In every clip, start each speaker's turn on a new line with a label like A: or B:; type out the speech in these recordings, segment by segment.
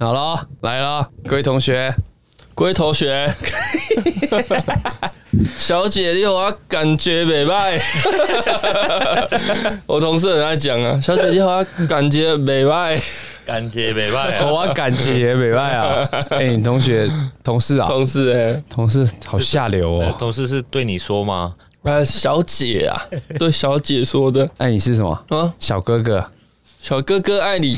A: 好了，来了，各位同 学，
B: 龟头学，小姐六啊，感觉美败。我同事很爱讲啊，小姐六啊，感觉美败。
C: 感觉没办
A: 我
C: 法，
A: 啊感激美拜啊！哎、你同学、同事啊，
B: 同事哎、
A: 同事好下流
C: 呃
A: 哦。
C: 同事是对你说吗？
B: 呃，小姐啊，对小姐说的
A: 那、哎你是什么？
B: 啊，
A: 小哥哥
B: 小哥哥爱你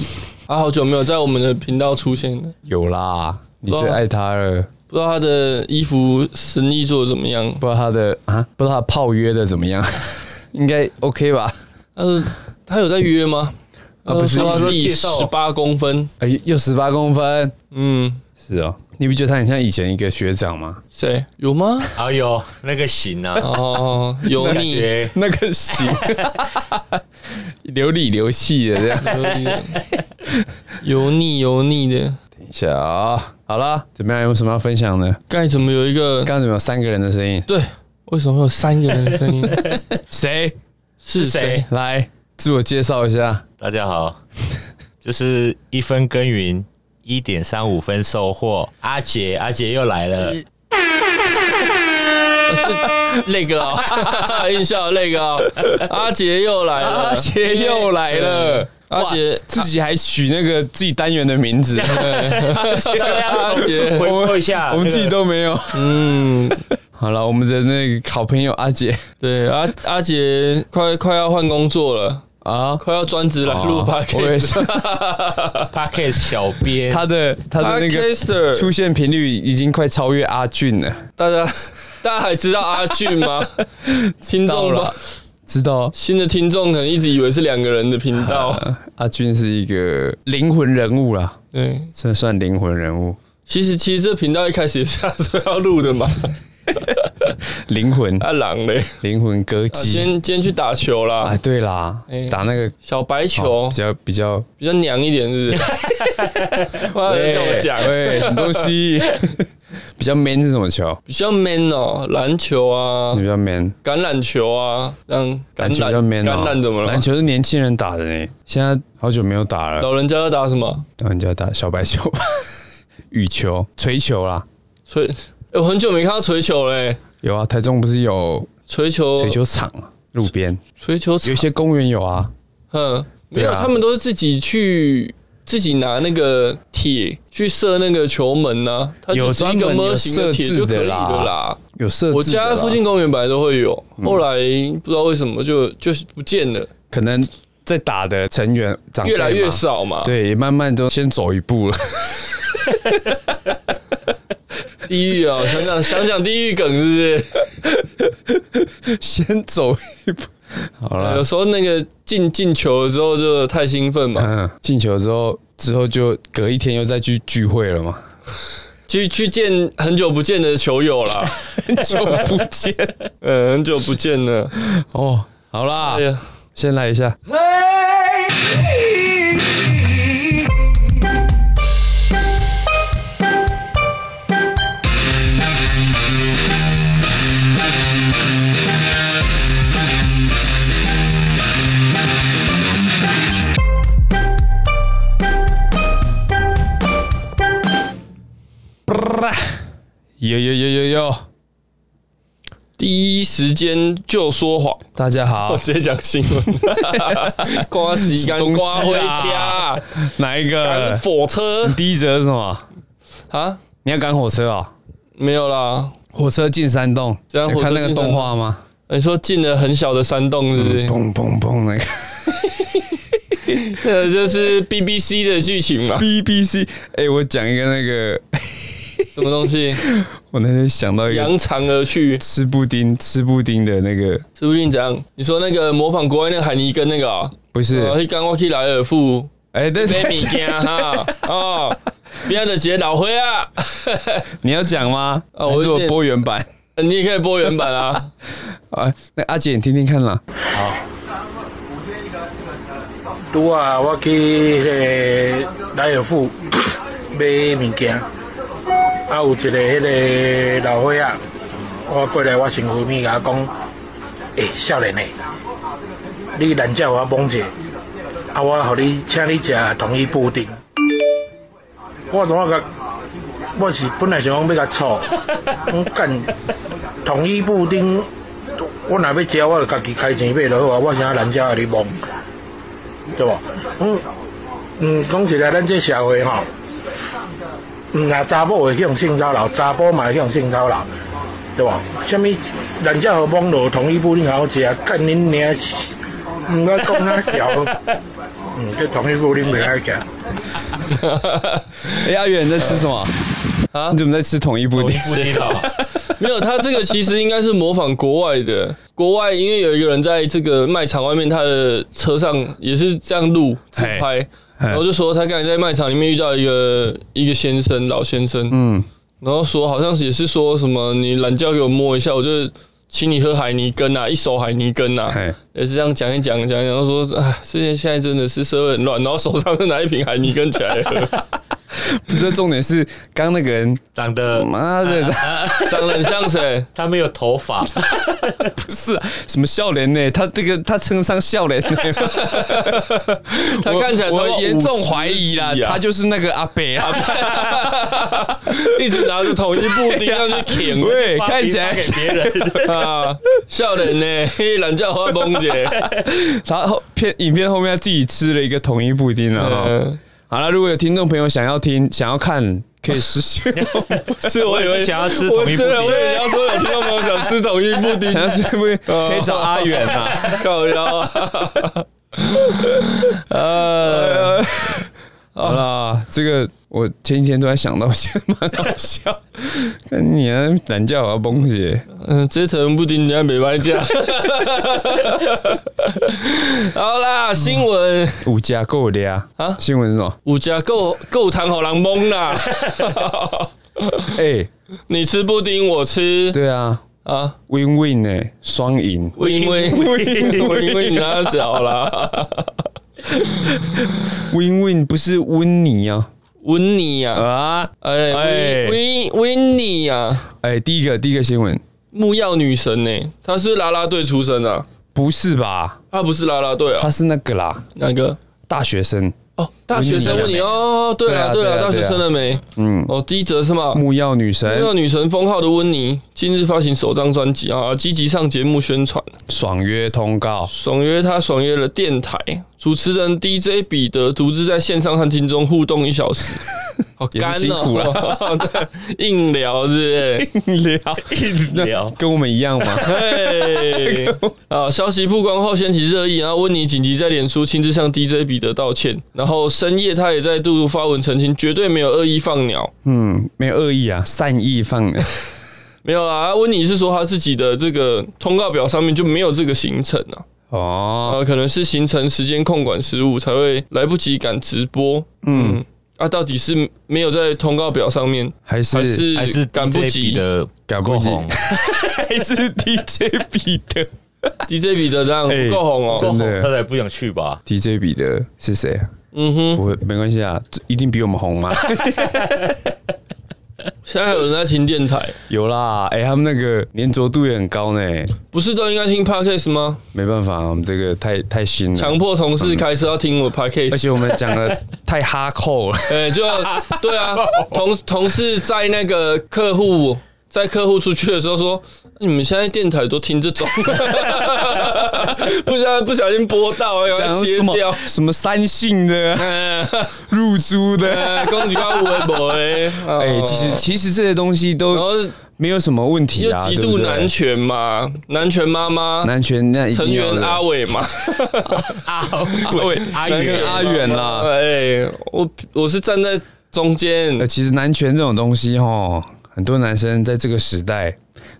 B: 啊，好久没有在我们的频道出现了，
A: 有啦，你最爱他了。
B: 不知道他的衣服生意做得怎么样？
A: 不知道他的啊，不知道他泡约的怎么样， 应该 OK 吧？
B: 他说他有在约吗？
A: 啊
B: 他
A: 不是
B: 说他自己
C: 你说介
B: 十
C: 绍
B: 八公分，
A: 哎、又十八公分，
B: 嗯，
A: 是哦。你不觉得他很像以前一个学长吗？
B: 谁有吗？
C: 啊有那个行啊，
B: 哦， 有
C: 感
B: 你。
C: 觉
A: 那个型， 流里流气的这样。
B: 油腻油腻的。
A: 等一下啊、好啦，怎么样？有什么要分享的？
B: 盖怎么有一个？
A: 刚刚怎么有三个人的声音？
B: 对，为什么会有三个人 的声音？
A: 谁
B: 是谁？
A: 来自我介绍一 下？
C: 大家好，就是一分耕耘，一点三五分收获。阿杰，阿杰又来了，
B: 那个哦， 印象 那个哦，阿杰又来了，
A: 阿杰又来了，
B: 阿杰
A: 哇自己还取那个自己单元的名 字，
B: 阿
C: 重
B: 杰，
C: 回顾一下，
A: 我们自己都没有。
B: 嗯，
A: 好了，我们的那个好朋友阿杰
B: 对，阿阿杰快快要换工作了，
A: 啊，
B: 快要专职来录
A: 哦
B: p o d
A: 我也
B: c
A: 是
C: p a c k a g e 小编，
A: 他的他的那个
B: a
A: 出现频率已经快超越阿俊了，
B: 大家大家还知道阿俊 吗？听众
A: 到
B: 吧
A: 了，知道？
B: 新的听众可能一直以为是两个人的频道，
A: 呃阿俊是一个灵魂人物啦，
B: 对。
A: 算算灵魂人物，
B: 其实其实这频道一开始也是他说要录的嘛，
A: 灵魂
B: 阿郎嘞，
A: 灵魂歌
B: 啊今
A: 姬
B: 天今天去打球啦
A: 啊，，对啦
B: 哎，
A: 打那个
B: 小白
A: 哦
B: 球
A: 比较比较，
B: 比较娘一点，是 不是？哇，叫我讲，
A: 喂，什么东西 比较 man 是什么球？
B: 比较 man 哦，篮球啊，
A: 比较 man。
B: 橄榄球啊，让
A: 嗯篮
B: 橄
A: 球
B: 榄
A: 比较 man
B: 橄
A: 哦
B: 榄怎么了
A: 篮？球是年轻人打的呢，现在好久没有打了。
B: 老人家要打什么？
A: 老人家打小白球、 羽球、锤球啦，
B: 锤，哎我很久没看到锤球嘞，
A: 有啊。台中不是有
B: 锤球，
A: 锤球场啊，路边
B: 锤球场，
A: 有一些公园有啊。
B: 嗯，没
A: 对
B: 有，
A: 啊
B: 他们都是自己去。自己拿那个铁去射那个球门呐、啊，它
A: 有
B: 就是
A: 专
B: 一个
A: 门有
B: 模型的铁
A: 设置
B: 就可以
A: 的
B: 了
A: 啦
B: 啦。嗯
A: 有设置的啦
B: 我家附近公园本来都会有，后来不知道为什么就就是不见了，
A: 可能在打的成员长辈
B: 越
A: 嘛
B: 来越，少嘛。
A: 对，也慢慢都先走一步了。
B: 地狱 啊，想想想想地狱梗是不是？
A: 先走一步。好
B: 有
A: 了，
B: 时候那个进进球的时候就太兴奋嘛，
A: 嗯，进球之后，之后就隔一天又再去聚会了嘛，
B: 去去见很久不见的球友啦，
A: 就不见
B: 嗯，很久不见了。
A: 哦。好啦
B: 哎，呀，
A: 先来一下，有有有有有，
B: 第一时间就说谎，
A: 大家好
B: 我，哦直接讲新 闻，刮洗干
A: 什么东西
B: 刮
A: 啊
B: 回家，
A: 哪一
B: 赶
A: 个？
B: 火车
A: 第一则是什么？
B: 啊，
A: 你要赶火车啊哦，
B: 没有啦。
A: 火车进山洞，
B: 这样
A: 有看那个
B: 火车进山洞
A: 动画吗？
B: 你说进了很小的山洞，是不是？
A: 砰砰砰，那个？
B: 这 就是 BBC 的剧情 嘛
A: BBC，哎、 我讲一个那个，
B: 什么东西？
A: 我那天想到一个
B: 扬长而去，
A: 吃布丁吃布丁的那个，
B: 是不是你怎样？你说那个模仿国外那个海尼根那个啊？
A: 不是，
B: 哦，去刚我去莱尔富
A: 哎、对
B: 买
A: 对，
B: 物件哈，哦，不要的姐老灰啊，
A: 你要讲吗？
B: 啊
A: 啊，
B: 我
A: 我是
B: 有
A: 我
B: 点
A: 播原版
B: 你也可以播原版啊。
A: 啊，那阿姐你听听看啦，
D: 拄啊，我去迄个莱尔富 买物件，啊有一个迄个老伙仔，我过来我身躯边甲我讲，诶、少年诶，你难叫我帮者，啊我互你请你食同一布丁，我怎啊甲，我是本来想讲要甲炒，我干统一布丁，我若要食，我就家己开钱买就好啊，我啥难食啊你忙，对无？嗯嗯，讲实在，咱这社会吼，嗯，若查某会向性骚扰，查甫嘛会向性骚扰。对吧？什么人家和网络统一布丁好吃啊？干恁娘！唔该讲啊，屌！ 嗯，这统一布丁袂爱食。
A: 哎、阿远你在吃什么？
B: 啊
A: 你怎么在吃统一布丁？
C: 不知道，
B: 没有，他这个其实应该是模仿国外的。国外因为有一个人在这个卖场外面，他的车上也是这样录自拍，
A: 哎
B: 然后就说他刚才在卖场里面遇到一个一个先生，老先生，嗯，然后说好像也是说什么你懒觉给我摸一下，我就请你喝海尼根啊，一手海尼根啊，
A: 哎，
B: 也是这样讲一讲讲一讲，然后说哎，世界现在真的是社会很乱，然后手上就拿一瓶海尼根起来喝，
A: 不是，重点是刚那个人，
C: 长得
A: 妈的，
B: 长得很像谁？
C: 他没有头 发，
A: 不 是啊，什么笑脸呢？他这个他称上笑脸呢？
B: 他看起来
A: 我
B: 差不多
A: 严重怀疑啦
B: 50几，啊
A: 他就是那个阿啊北啊。
B: 一直 拿着统一布丁上啊去舔，
A: 啊喂，
C: 发
A: 看起
C: 发
A: 来
C: 给别人，
B: 啊，笑人呢，嘿，懒觉花崩姐，
A: 然后片影片后面他自己吃了一个统一布丁了啊哈。
B: 嗯
A: 好了，如果有听众朋友想要听、想要看，可以私信我们。
B: 是
C: 我以为想要吃统一布丁
B: 对，我也要说有听众朋友想吃统一布丁，
A: 想要吃布丁，可以找阿远啊。
B: 靠腰啊，呃，
A: 好啦，这个我前几天突然想到，我觉得蛮好笑。 看你啊，懒觉啊，崩姐，
B: 嗯，这层布丁人家没白讲， 好啦，新闻
A: 五家够的啊！
B: 啊
A: 新闻是什么？
B: 五家够够糖好狼崩啦，
A: 哎、
B: 你吃布丁，我吃
A: 对啊
B: 啊，
A: ，win win 哎、双赢。
B: 因为因为你拿小啦，
A: win win 不是温妮啊
B: 温妮呀。
A: 啊！
B: 哎，
A: 哎
B: 维维尼啊，
A: 哎、第一个第一个新闻
B: 木曜女神呢、她是啦啦队出身啊，
A: 不是吧？
B: 她不是啦啦队啊，
A: 他是那个啦，
B: 哪个？
A: 大学生
B: 哦，大学生问你哦，对了对
A: 对啊
B: 了，
A: 对啊
B: 大学生了没？嗯，哦，第一则是吗？
A: 木哎曜女神
B: 木曜女神封号的温妮近日发行首张专辑啊，积极上节目宣传，
A: 爽约通告，
B: 爽约她爽约了电台主持人 DJ 彼得，独自在线上和听众互动一小时，好
A: 也
B: 干
A: 是辛苦
B: 哦，对，硬聊是不是？
A: 聊
C: 硬聊
A: 跟我们一样吗？
B: 嘿，啊！消息曝光后掀起热议，然后温妮紧急在脸书亲自向 DJ 彼得道歉，然后深夜他也再度发文澄清，绝对没有恶意放鸟，
A: 嗯，没有恶意啊，善意放的。
B: 没有啦。啊温妮是说他自己的这个通告表上面就没有这个行程啊，
A: 哦，
B: 啊，可能是行程时间控管失误，才会来不及赶直播。嗯，啊，到底是没有在通告表上面，
A: 还
B: 还
A: 是
B: 是
C: 还是
B: 赶不
C: DJ
B: 及
C: 的
A: 搞
C: 够
A: 不及
C: 红，
A: 还是 DJ 彼得
B: DJ 彼得这样
A: 哎
B: 不够红哦？
A: 真
C: 够
A: 的
C: 红，他才不想去 吧？
A: ？DJ 彼得是谁啊？
B: 嗯哼。
A: 不会，没关系啊，这一定比我们红 吗？
B: 现在还有人在听电台，
A: 有啦，哎、他们那个粘着度也很高呢，
B: 不是都应该听 podcast 吗？
A: 没办法，我们这个太太新了
B: 强，迫同事开车要听我 podcast，
A: 而且我们讲 的太哈扣了，
B: 呃、就 对啊，同同事在那个客户在客户出去的时候说，你们现在电台都 听这种，不小不小心播到，要
A: 讲
B: 切
A: 什么 哎
B: 掉。
A: 什么三性的、
B: 呃，
A: 入租 的，
B: 呃公举高微博 哎，
A: 哎、
B: 哎
A: 其实其实这些东西
B: 然
A: 都
B: 后
A: 没有什么问题
B: 哦又
A: 啊，
B: 极
A: 对不
B: 度
A: 对
B: 男权嘛，男权妈妈
A: 男权那一
B: 成
A: 定要
B: 员
A: 的
B: 阿 伟嘛，
C: 啊阿伟阿
A: 那个阿远啦，
B: 哎，我我是站在中间
A: 呃，，其实男权这种东西哈，很多男生在这个时代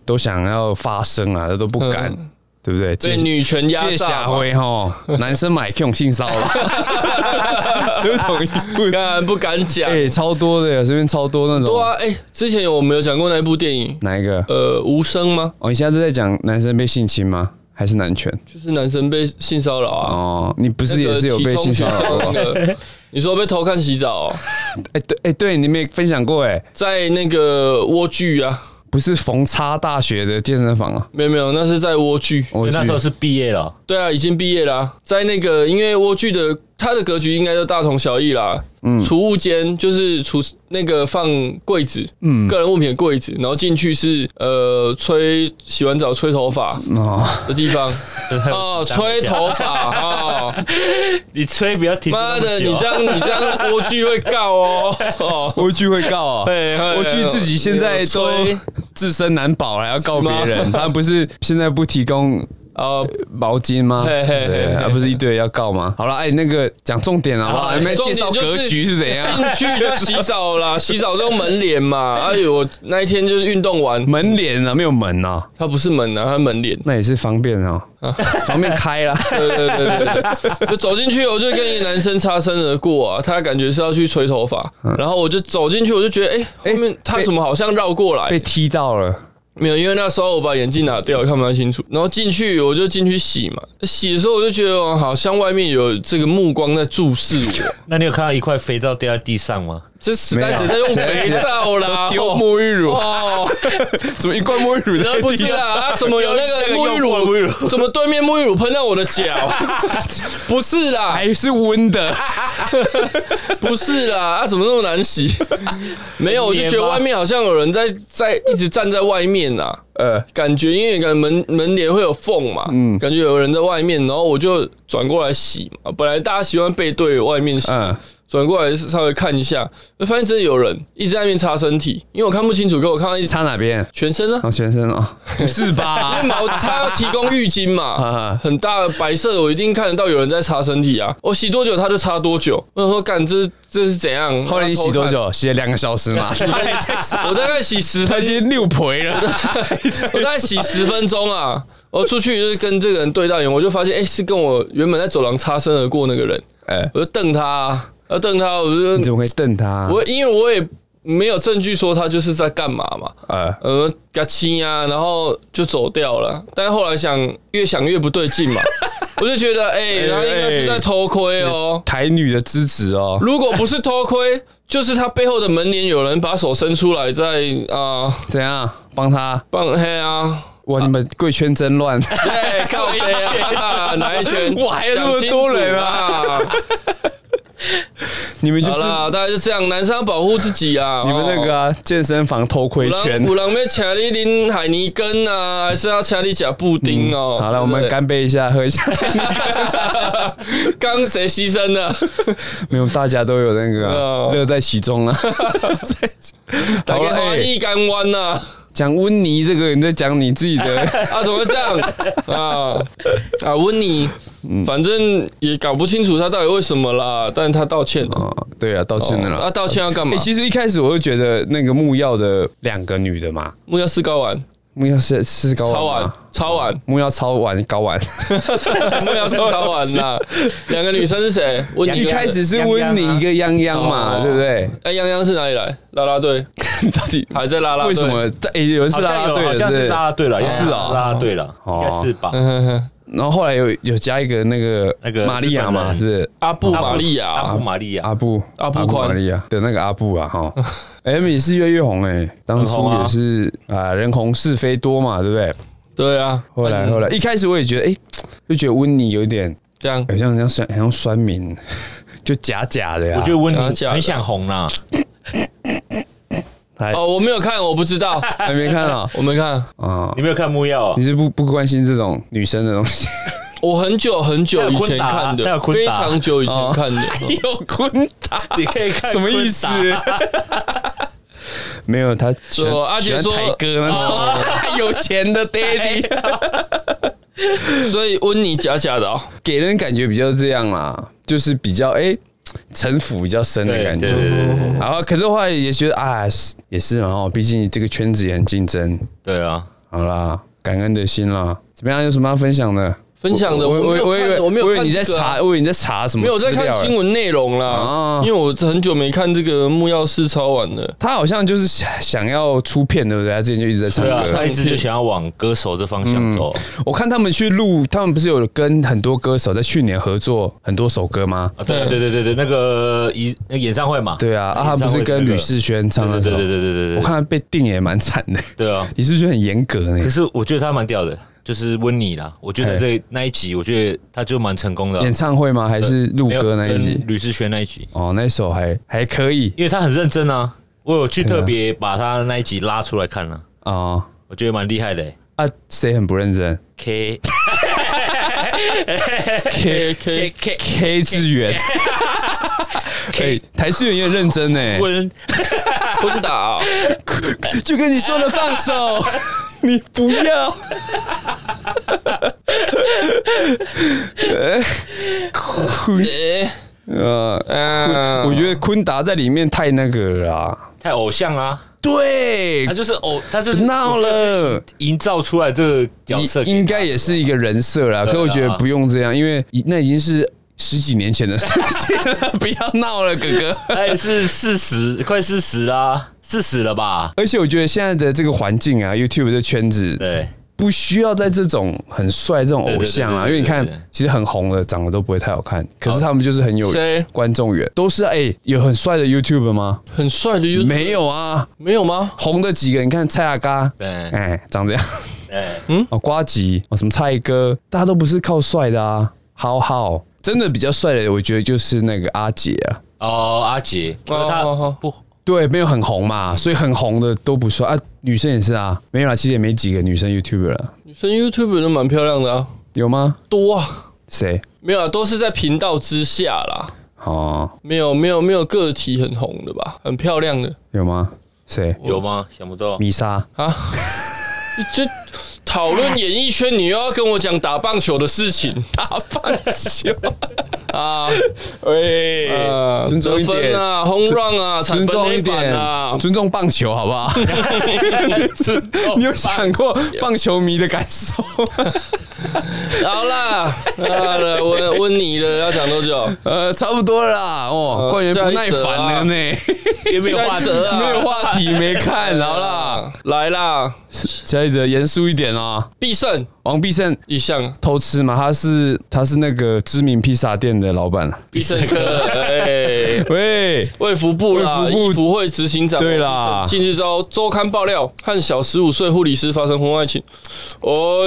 A: 都想要发声啊，他都不敢，对不对？
B: 嗯
A: 这
B: 被女权压
A: 这
B: 榨
A: 下
B: 嘛。
A: 回哈，男生买这种性骚扰，就统一不
B: 干不敢 讲。
A: 哎，超多的，身边超多那种
B: 对。啊，哎、之前有我们有讲过那部电影，
A: 哪一个？
B: 呃，无声吗？
A: 哦，你现在是在讲男生被性侵吗？还是男权？
B: 就是男生被性骚扰啊，
A: 哦，你不
B: 那
A: 是
B: 个
A: 也是有被性骚扰
B: 体中学
A: 过
B: 校
A: 吗？
B: 那个你说被偷看洗澡哦、
A: 哎，对，哎，对，你没分享过哎，
B: 在那个蜗居啊？
A: 不是逢差大学的健身房啊，
B: 没有没有，那是在蜗居。
A: 我
C: 那时候
A: 去
C: 是毕业了，
B: 对啊，已经毕业啦、在那个因为蜗居的它的格局应该就大同小异啦。嗯，储物间就是储那个放柜子，嗯，个人物品的柜子，然后进去是呃吹洗完澡吹头发
A: 哦，
B: 的地 方哦，吹头发 哦，
C: 你吹不要停那
B: 妈
C: 么久。
B: 的，你这啊样你这样蜗居会告哦哦，
A: 蜗居会告啊、
B: 对会
A: 蜗居自己现在都
B: 有吹
A: 自身难保了，还要告
B: 是
A: 别
B: 吗
A: 人，他不是现在不提供
B: 哦，
A: 毛巾吗？
B: 嘿嘿嘿
A: 对，
B: 嘿
A: 啊，不是一堆要告吗？好了，哎，那个讲重点啊，
B: 好
A: 还没
B: 重
A: 介
B: 点
A: 绍
B: 就
A: 格
B: 是
A: 局是怎样？
B: 进去就洗澡啦， 洗澡就用门帘嘛。哎呦，我那一天就是运动完，
A: 门帘啊，没有门啊，
B: 它不是门啊，它门帘。
A: 那也是方便哦，
B: 啊
A: 方便开 啦。
B: 对对对对 对，就走进去，我就跟一个男生擦身而过啊，他感觉是要去吹头发，然后我就走进去，我就觉嗯得，哎、后面他怎么好像绕过来
A: 被？踢到了，
B: 没有，因为那时候我把眼镜拿掉，看不太清楚。然后进去，我就进去洗嘛，洗的时候我就觉得，哦，好像外面有这个目光在注视我。
C: 那你有看到一块肥皂掉在地上吗？
B: 这时代谁在用肥皂啦？
A: 丢
B: 哦
A: 沐浴乳，
B: 哦，
A: 怎么一罐沐浴乳在
B: 不
A: 地
B: 是
A: 上？
B: 啦，啊怎么有那个
C: 那个
B: 沐浴
C: 用过的沐浴
B: 乳？怎么对面沐浴乳喷到我的脚？ 不是啦，
A: 还是温的，
B: 啊不是 啦，啊，怎么那么难洗？没有，我就觉
C: 黏
B: 得
C: 吗
B: 外面好像有人在在一直站在外面啊，
A: 呃，嗯
B: 感觉因为感觉门门帘会有缝嘛，感觉有人在外面，然后我就转过来洗嘛。本来大家喜欢背对外面洗，
A: 嗯
B: 转过来稍微看一下，就发现真的有人一直在那边擦身体，因为我看不清楚，给我看到一
A: 擦哪边？
B: 全身啊。
A: 哦，全身哦，不是吧
B: 因为？毛他要提供浴巾 嘛，很大的白色的，我一定看得到有人在擦身体啊。我洗多久他就擦多久。我想说，干这这是怎样？
A: 后来你洗多久？洗了两个小时嘛，
B: 我大概洗十
A: 他
B: 分
A: 已，经六陪了，
B: 我大概洗十分钟啊。我出去就是跟这个人对到眼，我就发现，哎、是跟我原本在走廊擦身而过那个人，
A: 哎，
B: 我就瞪他、啊，我就瞪他，我
A: 你
B: 就
A: 怎么会瞪他？
B: 我因为我也没有证据说他就是在干嘛嘛，
A: 呃，
B: 呃，嘎亲啊，然后就走掉了。但是后来想，越想越不对劲 嘛，我就觉得，哎、他应该是在偷窥哦。
A: 台女的支持哦，
B: 如果不是偷窥，就是他背后的门帘有人把手伸出来在啊，
A: 怎样帮他？
B: 棒黑啊，
A: 哇，你们贵圈真乱，
B: 对，靠背啊，哪一圈？
A: 哇还有那么多人
B: 啊！
A: 你们就
B: 好
A: 是
B: 啦，大概就这样，男生要保护自己啊。
A: 你们那个啊健身房偷
B: 哦。
A: 窥
B: 有
A: 圈
B: 人。有人要请你拎海泥根啊，还是要请你夹布丁哦？
A: 嗯好了，我们
B: 对不对
A: 干杯一下，喝一下。
B: 刚谁牺牲了？
A: 没有，大家都有那个啊
B: 哦
A: 乐在其 中啊。
B: 大
A: 好了，
B: 家花
A: 哎，
B: 一干弯啊呐，
A: 讲温妮这个，你在讲你自己 的，
B: 啊，怎么会这样啊啊？温妮，反正也搞不清楚他到底为什么啦，但是他道歉了，
A: 哦，对啊，道歉的
B: 哦啊，
A: 啦。
B: 道歉要干嘛
A: 哎，？其实一开始我就觉得那个木曜的两个女的嘛，
B: 木曜四高丸，
A: 木曜是是高啊
B: 超
A: 丸
B: 丸
A: 吗，，
B: 超丸，
A: 木曜超丸高丸。
B: 木曜是超丸啦。两个女生是谁？温妮
A: 一
B: 跟
A: 开始是
C: 啊
A: 温妮跟泱泱嘛，
B: 哦
A: 对不对？
B: 哎，泱泱是哪里来？啦啦队，
A: 到底
B: 还在啦啦队？
A: 为什么？哎，有人是
C: 好
A: 拉
C: 像
A: 拉
C: 有，
A: 队
C: 好
A: 的，
C: 像
A: 对
C: 是
A: 不对
C: 拉拉队了，
A: 是哦
C: 拉拉队了，应该是吧？
B: 嗯？哼哼
A: 然后后来有有加一个那个
C: 那个
A: 玛利亚嘛，
C: 日
A: 是不是？
B: 阿布玛利亚
C: 阿
B: 啊，
C: 布玛利亚
A: 阿布
B: 阿布宽
A: 玛利亚的那个阿布啊 哈，M 也是越越红哎，当
C: 很红
A: 初
C: 啊
A: 也是啊人红是非多嘛，对不对？
B: 对啊，
A: 后来
C: 嗯
A: 后来一开始我也觉得哎，就觉得温妮有点
B: 这样
A: 好像像酸好像酸民， 就假假的呀。
C: 我觉得温
B: 假
C: 妮
B: 假的
C: 很想红啦，
A: 还
B: 哦，我没有看，我不知 道，
A: 还没看到
B: 我没看，
A: 啊，
C: 你没有看木曜啊
A: 你？是不不关心这种女生的东西？
B: 我很久很久以前看
C: 戴
B: 的
C: 尔，昆
B: 非
C: 达
B: 常久以前看的。
A: 有坤达
C: 你可以看
A: 什么意思
C: 昆达？
A: 没有，他喜欢
B: 说阿姐
A: 喜欢
B: 说
A: 台哥那种哦 有钱的爹地，
B: 所以温妮假假的哦，
A: 给人感觉比较这样啦，就是比较哎城府比较深的
C: 对
A: 感
C: 对对
A: 觉。
C: 对对对
A: 然后可是后来也觉得啊，是也是嘛哦，毕竟这个圈子也很竞争。
C: 对啊！
A: 好啦，感恩的心啦，怎么样？有什么要分享的？
B: 分享的
A: 我
B: 我
A: 我我以
B: 没
A: 为
B: 有看我没有
A: 我以为
B: 看
A: 你在
B: 这个啊
A: 查，我以为你在查什么？
B: 没有我在看新。闻内容
A: 啊
B: 啦，因为我很久没看这个木曜四超玩了。
A: 他好像就是想想要出片，对不对？他之前就一直在唱
C: 对啊，
A: 歌。
C: 他一直就想要往歌手这方向走。
A: 我看他们去录，他们不是有跟很多歌手在去年合作很多首歌吗？
C: 啊，对对对对对，那个一那个演唱会嘛，
A: 对啊，啊，他
C: 演
A: 不
C: 唱会
A: 是跟
C: 哎那个
A: 吕世轩唱那
C: 对
A: 首？
C: 对对对对对对，
A: 我看他被定也蛮惨的。
C: 对啊。
A: 吕世轩很严格呢
C: 可，是我觉得他蛮屌的，就是温妮啦。我觉得这那一集，我觉得他就蛮成功的啊、
A: 演唱会吗？还是录
C: 没有
A: 歌那一集
C: 跟？吕志轩那一集，
A: 哦，那一首还还可以
C: 因为他很认真啊。我有去
A: 对啊
C: 特别把他那一集拉出来看了、
A: 哦
C: 我觉得蛮厉害的欸、
A: 啊，谁很不认真
C: K
A: ？K
B: K
C: K
A: K 志远 ，K 台志远也很认真 呢，
C: 温
B: 昏倒、
A: 就跟你说了放手，你不 要。哎坤
B: 哎
A: 呃，
B: 啊
A: 啊我觉得昆达在里面太那个了啦，
C: 太偶像啊，
A: 对
C: 他，就是偶，他就是
A: 闹了。
C: 营造出来这个角色给
A: 应该也是一个人设啦，
C: 对啊
A: 可我觉得不用这样，因为已那已经是十几年前的事情了，不要闹了，哥哥。
C: 他也哎是四十，快四十啦，四十了吧？
A: 而且我觉得现在的这个环境啊，YouTube 这圈子，
C: 对，
A: 不需要在这种很帅这种偶像啊，因
C: 对对对对对
A: 为你看
C: 对对对，
A: 其实很红的长得都不会太好看，可是他们就是很有
B: 谁
A: 观众缘，都是哎、有很帅的 YouTube 吗？
B: 很帅的 U
A: 没有啊，
B: 没有吗？
A: 红的几个，你看蔡阿嘎，
C: 对
A: 哎、长这样，
C: 哎，
A: 哦，瓜吉，哦，什么蔡哥，大家都不是靠帅的啊，好好，真的比较帅的，我觉得就是那个阿杰啊。
C: 哦，阿杰，
B: 哦
C: 他
B: 哦哦
C: 不
A: 对，没有很红嘛，所以很红的都不帅啊。女生也是啊，没有啦，其实也没几个女生 YouTuber 了，
B: 女生 YouTube 都蛮漂亮的啊，
A: 有吗？
B: 多啊，
A: 谁？
B: 没有啊，都是在频道之下啦，
A: 哦，
B: 没有没有没有个体很红的吧，很漂亮的
A: 有吗？谁？
C: 有吗？想不到，
A: 米莎。
B: 啊， 这。讨论演艺圈，你又要跟我讲打棒球的事情？打棒球 啊，
A: 喂
B: 呃
A: 尊
B: 得
A: 重一
B: 分
A: 点
B: 啊，轰 run 啊，
A: 尊
B: 产分
A: 重
B: 黑
A: 一
B: 板
A: 点
B: 啊，
A: 尊重棒球好不 好？你有想过棒球迷的感受？
B: 好啦，好了，温温妮了，要讲多久？
A: 呃，差不多了啦。哦，
B: 呃
A: 官员不耐烦了呢，
C: 也没有
B: 下
C: 话
B: 一
C: 题，
B: 则啊，
A: 没有话题没看，好 啦。
B: 啊，来啦，
A: 下一则严肃一点啊。
B: 必胜
A: 王必胜
B: 一项，
A: 偷吃嘛，他是他是那个知名披萨店的老板了。
B: 必胜科，哎。
A: 喂，
B: 卫福部啦，
A: 卫福部
B: 医福会执行长哦
A: 对啦
B: 近日遭周刊爆料，和小十五岁护理师发生婚外情，哦，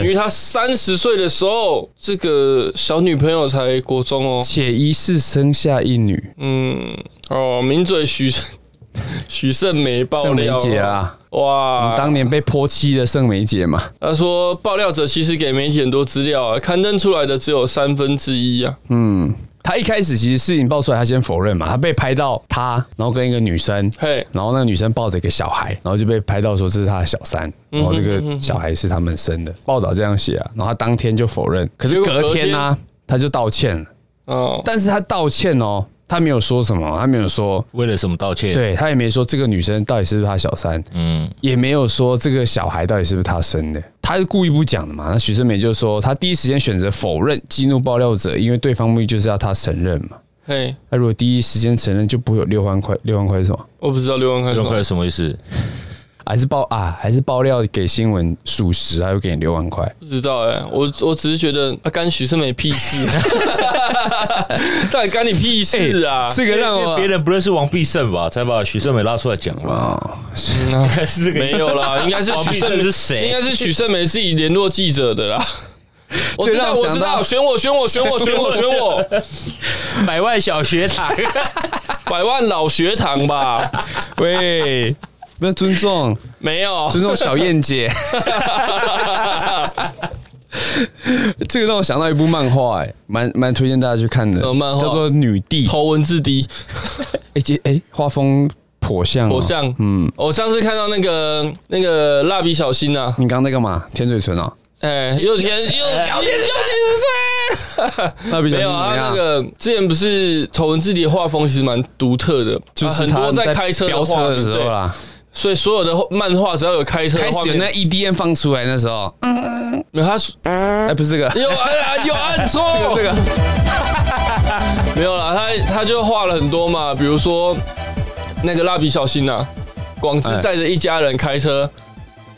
A: 哎，
B: 于他三十岁的时候，这个小女朋友才国中哦，
A: 且一世生下一女，
B: 嗯，哦，名嘴许 许胜梅爆
A: 盛梅
B: 料哦，
A: 姐啊，
B: 哇，
A: 当年被泼妻的盛梅姐嘛，
B: 他说，爆料者其实给媒体很多资料啊，刊登出来的只有三分之一啊。
A: 他一开始其实事情爆出来，他先否认嘛，他被拍到他，然后跟一个女生，
B: 嘿，
A: 然后那个女生抱着一个小孩，然后就被拍到说这是他的小三，然后这个小孩是他们生的，报道这样写啊，然后他当天就否认，可是
B: 结果隔
A: 隔天呢、啊他就道歉了，
B: 哦，
A: 但是他道歉哦，他没有说什么，他没有说。
C: 为了什么道歉？，
A: 对他也没说这个女生到底是不是他小三，
C: 嗯，
A: 也没有说这个小孩到底是不是他生的，他是故意不讲的嘛。那许胜美就说，他第一时间选择否认，激怒爆料者，因为对方目的就是要他承认嘛。
B: 嘿，
A: 他如果第一时间承认，就不会有六万块。六万块是什么？
B: 我不知道六万块
C: 六
B: 多
C: 万
B: 少
C: 块，什么意思？
A: 还是爆啊？还是爆料给新闻属实，还会给你六万块？
B: 不知道哎、我我只是觉得啊，干许是没屁事， 到底干你屁事啊？
A: 这个让
C: 因为
A: 我
C: 别人不认识王必胜吧，才把许胜美拉出来讲 吧？
B: 啊
C: 是这个
B: 没有啦，应该是
C: 王
B: 许
C: 必
B: 胜
C: 胜
B: 梅
C: 是谁
B: 应该是许胜梅自己联络记者的 啦。我知
A: 这让
B: 道，
A: 我
B: 我
A: 想
B: 知道，
A: 到
B: 选我，选我，选我，选我，选我，
C: 百万小学堂，
B: 百万老学堂吧？
A: 喂，不要尊重，
B: 没有，
A: 尊重小燕姐。 这个让我想到一部漫画、哎，蛮蛮推荐大家去看的，
B: 什么漫画
A: 叫做《女帝》。
B: 头文字 D。
A: 哎、姐，哎、画风颇像、哦，
B: 偶像，嗯，我上次看到那个那个蜡笔小新啊，
A: 你刚刚在干嘛？舔嘴唇哦，
B: 哎、又甜又又甜又 甜
A: 那比较怎
B: 没有
A: 么
B: 啊，
A: 样？
B: 那个之前不是头文字 D 的画风其实蛮独特的，
A: 就
B: 啊
A: 是
B: 很
A: 他
B: 多
A: 们
B: 在开车
A: 飙
B: 的
A: 车
B: 画
A: 的时候，啦，
B: 对所以所有的漫画只要有开车的
A: 开
B: 画
A: 始有那
B: 面，
A: EDM 放出来那时候，哎、
B: 没有他嗯
A: 不是这个，
B: 有按啊有按错，
A: 这个
B: 没有啦，他他就画了很多嘛，比如说那
A: 哎
B: 个蜡笔小新啊，广志载着一家人开车，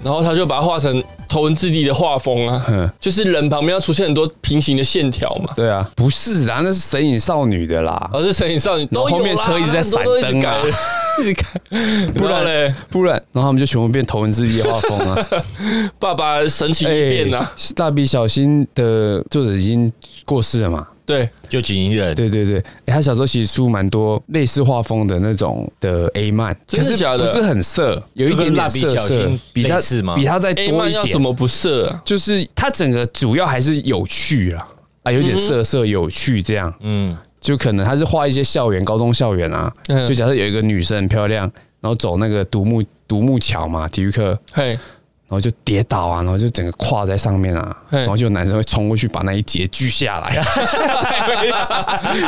B: 然后他就把它画成。头文字 D 的画风
A: 嗯
B: 啊，就是人旁边要出现很多平行的线条嘛。
A: 对啊，不是啦，那是神隐少女的啦，
B: 而是神隐少女都有啦
A: 后面车一直在闪灯啊
B: 很多都一直改了一直 改，不然嘞，
A: 不然，然后他们就全部变头文字 D 的画风 啊。
B: 爸爸神情一变呐、啊，
A: 哎蜡笔小新的作者已经过世了嘛？
B: 对，
C: 就锦衣人，
A: 对对对，哎他小时候其实出蛮多类似画风的那种的 A 漫，
B: 真的
A: 可是
B: 假的
A: 不是很色，有一点点色
C: 就跟蜡笔小
A: 色
C: 新，
A: 比他
C: 类似吗
A: 比他再哎多
B: A
A: 一
B: 漫
A: 点。
B: 哎要怎么不射啊？
A: 就是它整个主要还是有趣啦，啊，有点
B: 嗯
A: 色色有趣这样，
C: 嗯，
A: 就可能它是画一些校园、高中校园啊，
B: 嗯
A: 就假设有一个女生很漂亮，然后走那个独木独木桥嘛，体育课，然
B: 嘿，
A: 后就跌倒啊，然后就整个跨在上面啊，
B: 嗯
A: 然后就有男生会冲过去把那一截锯下 来，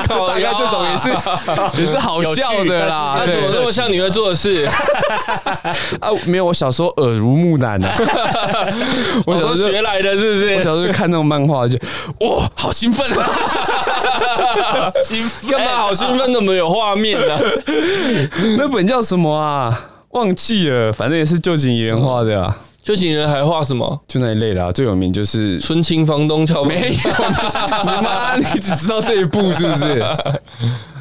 B: 靠
A: 大概哦这种也是 也是好笑的啦，
B: 他
A: 对
B: 怎么那么像你会做的事？
A: 啊，没有，我小时候耳濡目染 啊， 我
B: 我
A: 小
B: 都
A: 时候
B: 学来的，是不
A: 我
B: 是？
A: 小时候看那种漫画就哇，好兴奋 啊！
B: 干嘛
C: 兴奋
B: 好兴奋？啊怎么有画面呢、
A: 那本叫什么啊？忘记了，反正也是旧景怡人画的啊，
B: 就情人还画什么？
A: 就那一类的啊。最有名就是
B: 春青房东俏
A: 没有，你 妈， 你只知道这一部是不是？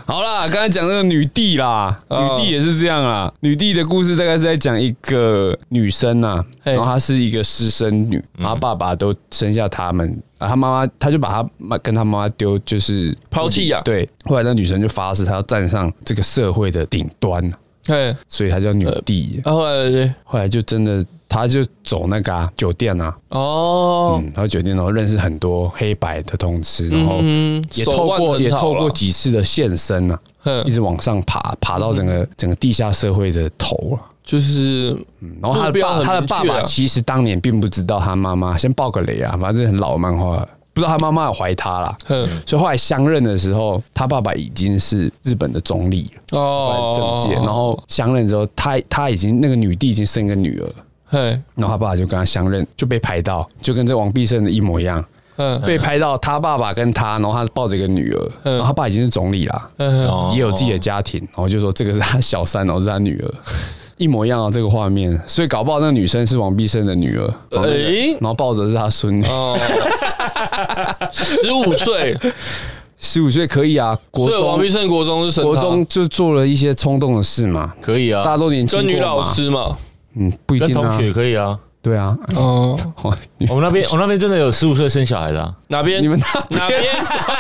A: 好啦，刚才讲那个女帝啦，
B: 哦
A: 女帝也是这样啦。女帝的故事大概是在讲一个女生呐、
B: 嘿嗯
A: 然后她是一个私生女，然后她爸爸都生下他们，啊，她妈妈她就把她妈跟她妈妈丢，就是
B: 抛弃呀
A: 对，后来那女生就发誓她要站上这个社会的顶端，
B: 嘿，
A: 所以她叫女帝。
B: 哎啊，后来嘞
A: 后来就真的，他就走那个、啊、酒店啊，
B: 哦
A: 嗯，，然后酒店，然后认识很多黑白的同事，然后
B: 嗯
A: 也透过也透过，几次的现身啊，
B: 嗯
A: 一，直往上爬，爬到整个整个地下社会的头啊。
B: 就是
A: 嗯然后他
B: 目
A: 的
B: 标
A: 爸
B: 很
A: 他的
B: 明确
A: 爸
B: 啊
A: 爸其实当年并不知道他妈妈，先爆个雷啊，反正很老的漫画了，不知道他妈妈有怀他啦。
B: 哼
A: 所以后来相认的时候，他爸爸已经是日本的总理了，
B: 哦，
A: 政界。然后相认之后，他他已经那个女帝已经生一个女儿，
B: 嘿，
A: 然后他爸爸就跟他相认，就被拍到，就跟这王必胜的一模一样，
B: 嗯
A: 被拍到他爸爸跟他，然后他抱着一个女儿，
B: 嗯
A: 然后他爸已经是总理啦，
B: 嗯，
C: 哦
A: 也有自己的家庭，然后就说这个是他小三，然后是他女儿， 一模一样的这个画面，所以搞不好那个女生是王必胜的女儿，然后那个
B: 诶
A: 然后抱着是他孙女，
B: 哦，十五岁，
A: 十五岁可以啊，国
B: 所以王必
A: 中
B: 胜国中是神啊
A: 国
B: 他哦
A: 中就做了一些冲动的事嘛，
C: 可以
A: 大家
C: 啊，
A: 都年轻
B: 跟
A: 过
B: 女老
A: 嘛，
B: 师嘛，
A: 嗯，不一
C: 跟
A: 定
C: 同
A: 啊
C: 学，也可以啊。
A: 对啊，
B: 哦，
C: 我们那边我们那边真的有十五岁生小孩的啊，
B: 哪边
A: 你们
B: 哪边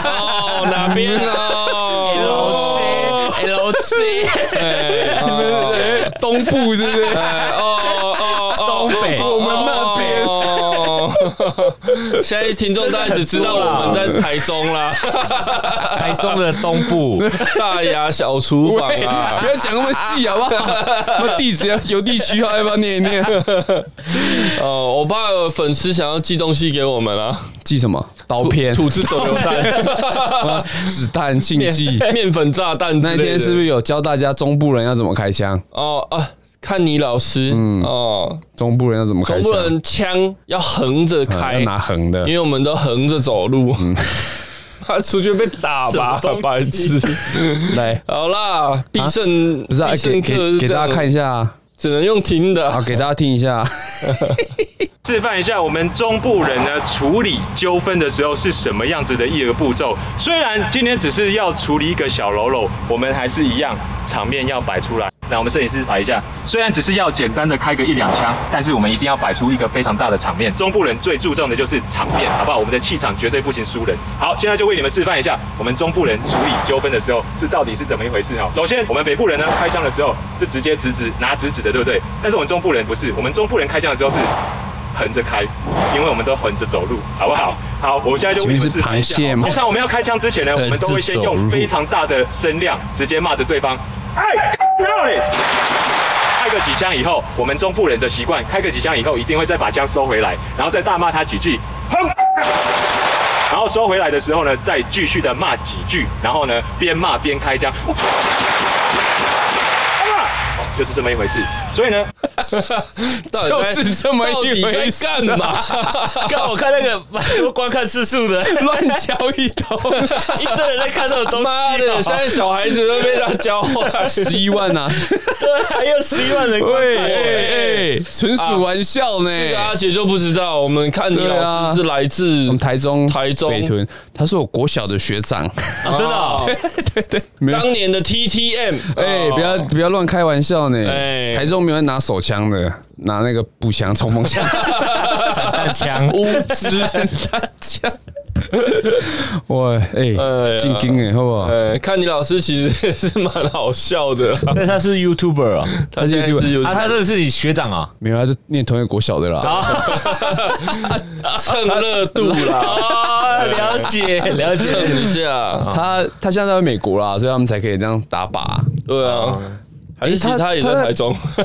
B: 哦哪边 哦
C: L G，
B: 哎哦
A: 东部是不是？
B: 哦哦哦
C: 东北
B: 哦
A: 我们那边
B: 哦现在听众大概只知道我们在台中啦，
C: 台中的东部，
B: 大雅哎小厨 房啊
A: 不
B: 啦。
A: 要讲那么细好不 好？那地址要有地区啊号，要不要念一念？
B: 哦，我爸有粉丝想要寄东西给我们啊，
A: 寄什么？刀片、啊
B: 土制 手榴 弹、
A: 子弹禁忌。
B: 面粉炸弹之
A: 那
B: 类的。
A: 一天是不是有教大家中部人要怎么开枪？
B: 哦啊，看你老师，哦，
A: 中部人要怎么开
B: 总
A: 枪
B: 不？能枪要横着
A: 啊
B: 开嗯
A: 要，拿横的
B: 因。为我们都横着走路， 他出去被打吧，白痴。
A: 来，
B: 好啦，必胜
A: 不是啊，给
B: 必胜客
A: 给
B: 是
A: 给
B: 这
A: 大
B: 样
A: 家看，啊一下啊，
B: 只能用听的
A: 好，。给大家听一下。
E: 示范一下我们中部人呢处理纠纷的时候是什么样子的一个步骤。虽然今天只是要处理一个小喽啰，我们还是一样场面要摆出来。那我们摄影师摆一下，虽然只是要简单的开个一两枪，但是我们一定要摆出一个非常大的场面。中部人最注重的就是场面，好不好？我们的气场绝对不行输人。好，现在就为你们示范一下，我们中部人处理纠纷的时候是到底是怎么一回事哦。首先，我们北部人呢开枪的时候是直接直直拿直直的，对不对？但是我们中部人不是，我们中部人开枪的时候是横着开，因为我们都横着走路，好不好？好，我现在就为你们示范一下
A: 嗯请问是螃蟹
E: 哦。
A: 吗
E: 通常我们要开枪之前呢，我们都会先用非常大的声量直接骂着对方，哎，不要脸！开个几枪以后，我们中部人的习惯，开个几枪以后一定会再把枪收回来，然后再大骂他几句，然后收回来的时候呢，再继续的骂几句，然后呢边骂边开枪。就是这么一回事。所以呢，
B: 到底在
A: 就是这么
B: 到
A: 一
B: 底
A: 回
B: 在
A: 事啊
B: 干嘛？
C: 刚我看那个蛮多观看次数的，
A: 乱交一
B: 啊
A: 通，
C: 一堆人在看这种东
B: 妈
C: 西、
B: 的，现
C: 喔，
B: 在小孩子都被他教坏。
A: 十一万呐、啊！
C: 对，还有十一万人观
A: 喂，
C: 看、
A: 哎哎，纯属玩笑呢。
B: 啊这个阿姐就不知道，我们看你
A: 对啊
B: 老师是来自
A: 我们台中
B: 台中
A: 北屯，他是我国小的学 长。
C: 啊真的哦、
A: 没有
B: 当年 的 TTM，
A: 哎，
B: 哦
A: 不要不要乱开玩笑呢！
B: 哎
A: 台中没有人拿手枪的，拿那个步枪、冲锋 枪、
C: 散弹枪，
A: 乌子 弹枪。哇，哎
B: 哎，呀
A: 进京哎，好不好？
B: 呃，看你老师其实也是蛮好笑的啦，
C: 但是他是 YouTuber 啊、
B: 他现在是有
C: 啊，他这是你学长啊，
A: 没有，他是念同一个国小的啦。
B: 蹭热度啦，
C: 哦，了解了解，
B: 蹭一下，
A: 他他现在在美国啦，所以他们才可以这样打靶。
B: 对啊，
A: 哎
B: 还是其实他也在台中，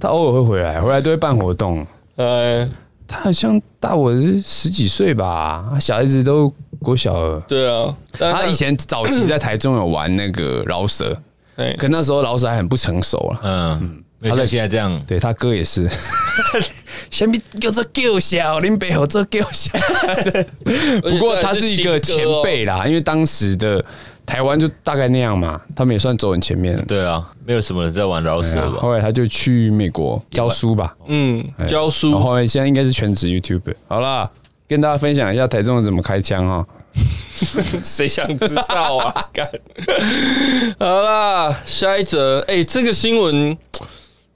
A: 他偶尔会回来，回来都会办活动。
B: 哎，
A: 他好像大我十几岁吧，他小孩子都国小了。
B: 对啊，但
A: 他以前早期在台中有玩那个饶舌，
B: 哎
A: 可那时候饶舌还很不成熟了。
C: 嗯，没有像现在这样，
A: 对他哥也 是，下面叫做救小林北河做救 小，不过他是一个前辈啦，因为当时的台湾就大概那样嘛，他们也算走很前面了。
C: 对啊，没有什么人在玩饶舌
A: 对啊
C: 吧？
A: 后来他就去美国教书吧，
B: 啊嗯，教
A: 哎然后
B: 书
A: 后来现在应该是全职 YouTube。好啦，跟大家分享一下台中人怎么开枪啊哈、
B: 谁想知道啊？干，好啦，下一则，哎，这个新闻，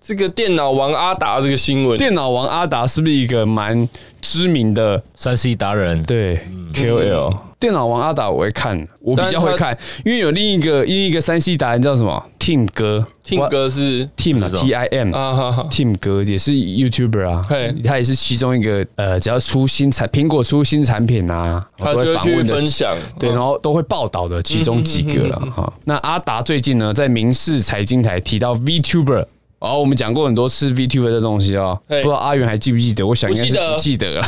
B: 这个电脑王阿达这个新闻，
A: 电脑王阿达是不是一个蛮知名的
C: 三 C 达人，
A: 对
B: 嗯
A: KOL？、电脑王阿达我会看，我比较会看，因为有另一个另一个三 C 达人叫什么 Tim 哥
B: 听歌是
A: Tim 啊
C: 知道
A: T I M
B: 啊，哈哈
A: Tim 哥也是 YouTuber 啊
B: 嘿，
A: 他也是其中一个呃，只要出新产苹果出新产品啊，我
B: 他
A: 都会
B: 就会
A: 访问
B: 去
A: 的
B: 分享，
A: 对，然后都会报道的其中几个
B: 嗯
A: 了哈。那阿达最近呢，在明视财经台提到 VTuber。哦，我们讲过很多次 VTuber 这东西哦，不
B: 嘿
A: 知道阿元还记不记得？我想应该是不
B: 不
A: 记得了。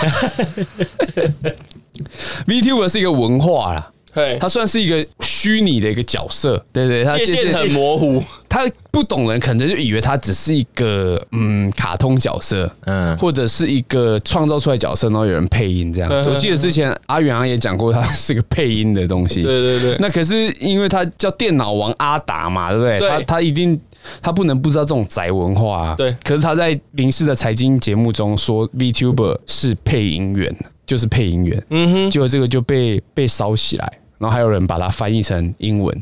A: VTuber 是一个文化啦，
B: 嘿，
A: 它算是一个虚拟的一个角色，对对，它
B: 界限很模糊，
A: 他不懂人可能就以为他只是一个嗯卡通角色，
C: 嗯
A: 嗯，或者是一个创造出来角色，然后有人配音这样。
B: 嗯
A: 我记得之前阿远好像也讲过，他是个配音的东西。
B: 对对对
A: 那可是因为他叫电脑王阿达嘛，对不对？
B: 对
A: 他他一定他不能不知道这种宅文化、啊。
B: 对
A: 可是他在明视的财经节目中说，VTuber 是配音员，就是配音员。嗯哼，结果这个就被被烧起来。然后还有人把它翻译成英 文，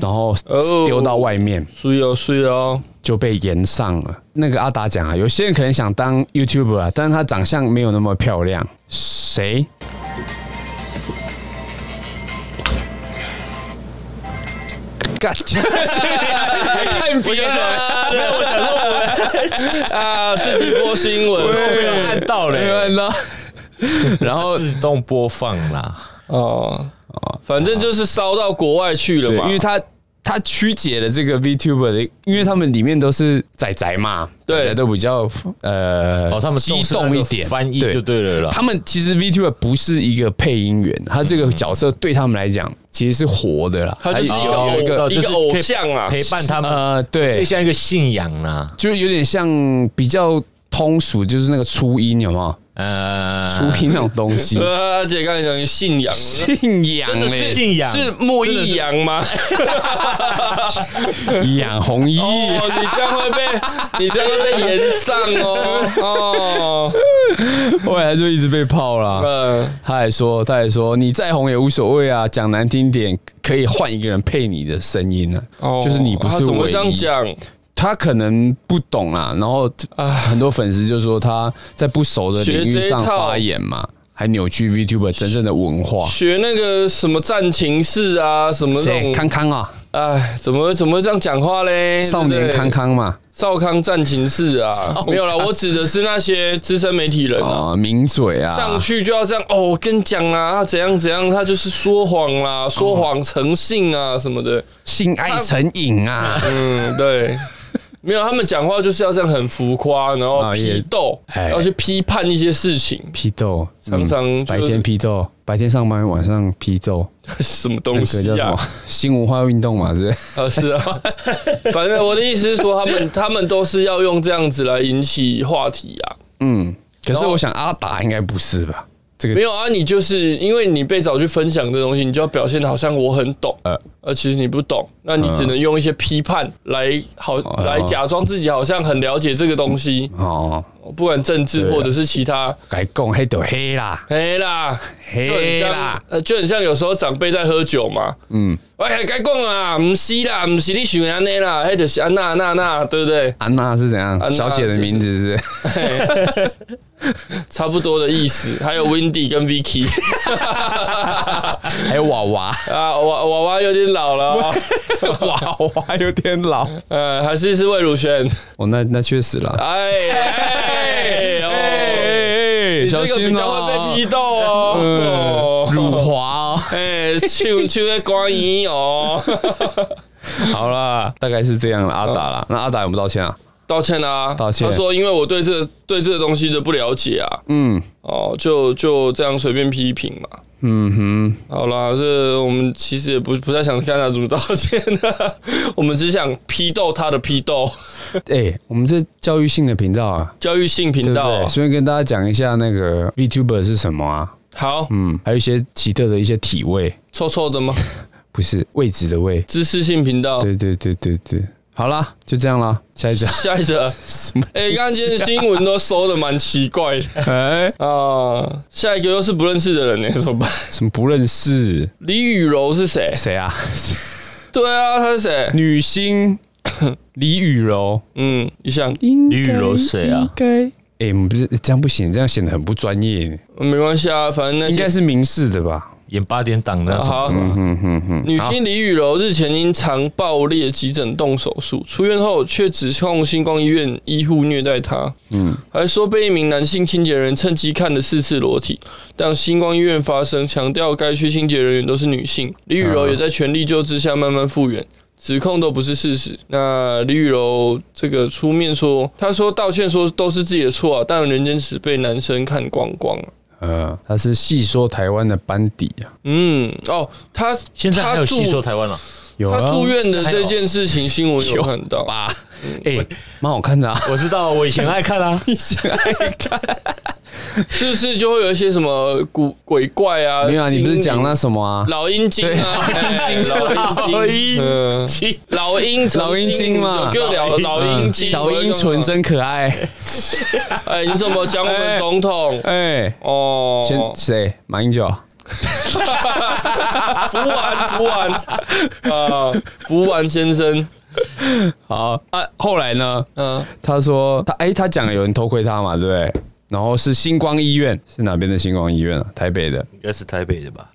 A: 然后
B: 哦
A: 丢到外面，
B: 睡哦睡哦，
A: 就被延上了。那个阿达讲啊，有些人可能想当 YouTuber 啊，但是他长相没有那么漂亮。谁？ 干！看别人
B: 啊，自己播新闻
C: 没有按到
A: 没有
C: 嘞，
A: 看 到，然后
C: 自动播放啦，
B: 哦，反正就是烧到国外去了
A: 对，
B: 嘛，
A: 因为他他曲解了这个 VTuber 的，因为他们里面都是仔仔嘛，
B: 对
A: 仔仔都比较呃，
C: 哦，他们
A: 激
C: 重视那个
A: 动一点，
C: 翻译就对了啦，
A: 他们其实 VTuber 不是一个配音员，他这个角色对他们来讲其实是活的啦，
B: 嗯他就是
A: 还
B: 一
A: 有
B: 个
C: 哦
B: 偶
A: 有一
C: 知道
A: 个
B: 一
C: 就是
B: 个偶像啊，
C: 陪伴他们，
A: 呃，
C: 就
A: 对，
C: 像一个信仰啊啦，
A: 就有点像比较通俗，就是那个初音有没
B: 啊
A: 有？
C: 呃，
A: 初音那种东 西，
B: 呃，阿姐刚才讲信仰，啊
A: 信仰欸嘞，
C: 信仰
B: 是莫一阳吗？
A: 养红衣，
B: 哦，你这样会被你这样会被延上 哦哦，
A: 后来就一直被泡啦。
B: 嗯，
A: 他还说，他还说，你再红也无所谓啊，讲难听点，可以换一个人配你的声音啊，
B: 哦
A: 就是你不
B: 他
A: 是
B: 怎么
A: 唯
B: 会这样
A: 一。
B: 讲？
A: 他可能不懂啦，然后很多粉丝就说他在不熟的领域上发言嘛，还扭曲 VTuber 真正的文化。
B: 学那个什么战情室啊，什么那
A: 谁？
B: 种，
A: 康康啊，
B: 哎，怎么怎么会这样讲话嘞？
A: 少年
B: 对不对
A: 康康嘛，
B: 少康战情室啊，没有啦，我指的是那些资深媒体人啊。
A: 啊，名嘴啊，
B: 上去就要这样哦！我跟你讲啊，他怎样怎样，他就是说谎啦，说谎成性啊什么的。
A: 性爱成瘾啊，
B: 嗯，对，没有他们讲话就是要这样很浮夸，然后
A: 啊也
B: 批斗，
A: 哎
B: 要去批判一些事情。
A: 批斗，
B: 常常
A: 嗯
B: 就
A: 白天批斗，白天上班，晚上批斗，
B: 什么
A: 那
B: 东
A: 个叫
B: 西
A: 什
B: 呀、
A: 么
B: 啊？
A: 新文化运动嘛，是不是？
B: 啊，是 啊，反正我的意思是说，他们他们都是要用这样子来引起话题 啊。
A: 嗯，可是我想阿达应该不是吧？这
B: 没
A: 个
B: 有啊，你就是因为你被找去分享这东西，你就要表现得好像我很懂，呃，而其实你不懂，那你只能用一些批判来好
A: 啊
B: 来假装自己好像很了解这个东西，
A: 哦，
B: 不管政治
A: 对啊
B: 或者是其他。
A: 该讲黑就黑啦，
B: 嘿啦，就很
A: 黑
B: 像
A: 啦，，
B: 呃，就很像有时候长辈在喝酒嘛，嗯，哎，该讲啊，唔是啦，唔是你想安尼啦，迄就是安那那那，对不对？
A: 安娜是怎样
B: 安？娜
A: 小姐的名字是不是？
B: 差不多的意思。还有 Windy 跟 Vicky
A: 还有娃娃，
B: 啊，娃娃娃有点老了、 哦，
A: 娃娃有点老。
B: 呃，还是是魏如萱。
A: 哦，那那确实啦。
B: 哎哎哦，
A: 哎
B: 你这
A: 小
B: 个比
A: 心
B: 较会被
A: 哦
B: 批，斗哦。
A: 辱华哦。
B: 哎，唱唱在光阴哦，
A: 好啦，大概是这样了，阿达啦。那阿达有不道歉啊？
B: 道歉啊，
A: 道歉
B: 他说因为我对这对这个东西的不了解啊，
A: 嗯
B: 哦，就就这样随便批评嘛。
A: 嗯
B: 好啦，这我们其实也不不太想看他怎么道歉的， 我们只想批斗他的批斗。
A: 哼，哎、我们这教育性的频道啊，
B: 教育性
A: 对
B: 频
A: 不
B: 道
A: 对？
B: 哦，
A: 顺便跟大家讲一下那个 VTuber 是什么啊？
B: 好，
A: 嗯，还有一些奇特的一些体位，
B: 臭 臭的吗？
A: 不是位置的位。
B: 知识性频道。
A: 对对对对对，好啦，就这样啦，下一啊张
B: 下一则，
A: 什么？啊
B: 哎，刚刚今天的新闻都收的蛮奇怪的
A: 哎，
B: 啊。下一个又是不认识的人呢， 怎么办？
A: 什么不认识
B: 李雨柔是谁？
A: 谁 啊？
B: 对啊，他是谁？
A: 女星李雨柔，
B: 嗯，一下
C: 李雨柔谁啊？
A: 该哎，我们不是这样不行，这样显得很不专业。
B: 没关系啊，反正那
A: 应该
B: 些。
A: 是明示的吧？
C: 演八点档那种。
B: 好，
A: 嗯哼哼，
B: 女星李雨柔日前因肠爆裂急诊动手术，出院后却指控星光医院医护虐待她，嗯，还说被一名男性清洁人趁机看了四次裸体，让星光医院发声，强调该区清洁人员都是女性。李雨
A: 啊
B: 柔也在全力救治下慢慢复原。指控都不是事实。那李雨柔这个出面说，她说道歉说都是自己的错啊，但人间只被男生看光光啊了。
A: 呃，他是细说台湾的班底啊，
B: 嗯，哦，她
C: 现在还有戏说台湾了，
A: 有
B: 他
A: 啊
B: 住院的这件事情新闻有看到，
A: 吧？哎，蛮好看的啊。
C: 我知道，我以前爱看啊。
B: 是不是就会有一些什么古鬼怪啊？
A: 没有啊，你不是讲那
B: 精
A: 什么啊
B: 灵？老鹰精啊？哎老
C: 老
B: 鹰精，
C: 鹰
B: 嗯老鹰成
A: 老鹰精嘛
B: 就聊老鹰嗯
A: 嗯
B: 精，
A: 小樱纯。真可 爱。
B: 哎，你怎么讲我们总统？
A: 哎，
B: 哦，
A: 先谁？马英九。啊
B: 啊福完福完啊，福完先生，
A: 好啊，后来呢？
B: 嗯，
A: 他说他哎、他讲有人偷窥他嘛，对不对？然后是星光医院，是哪边的星光医院啊？台北的，
C: 应该是台北的吧？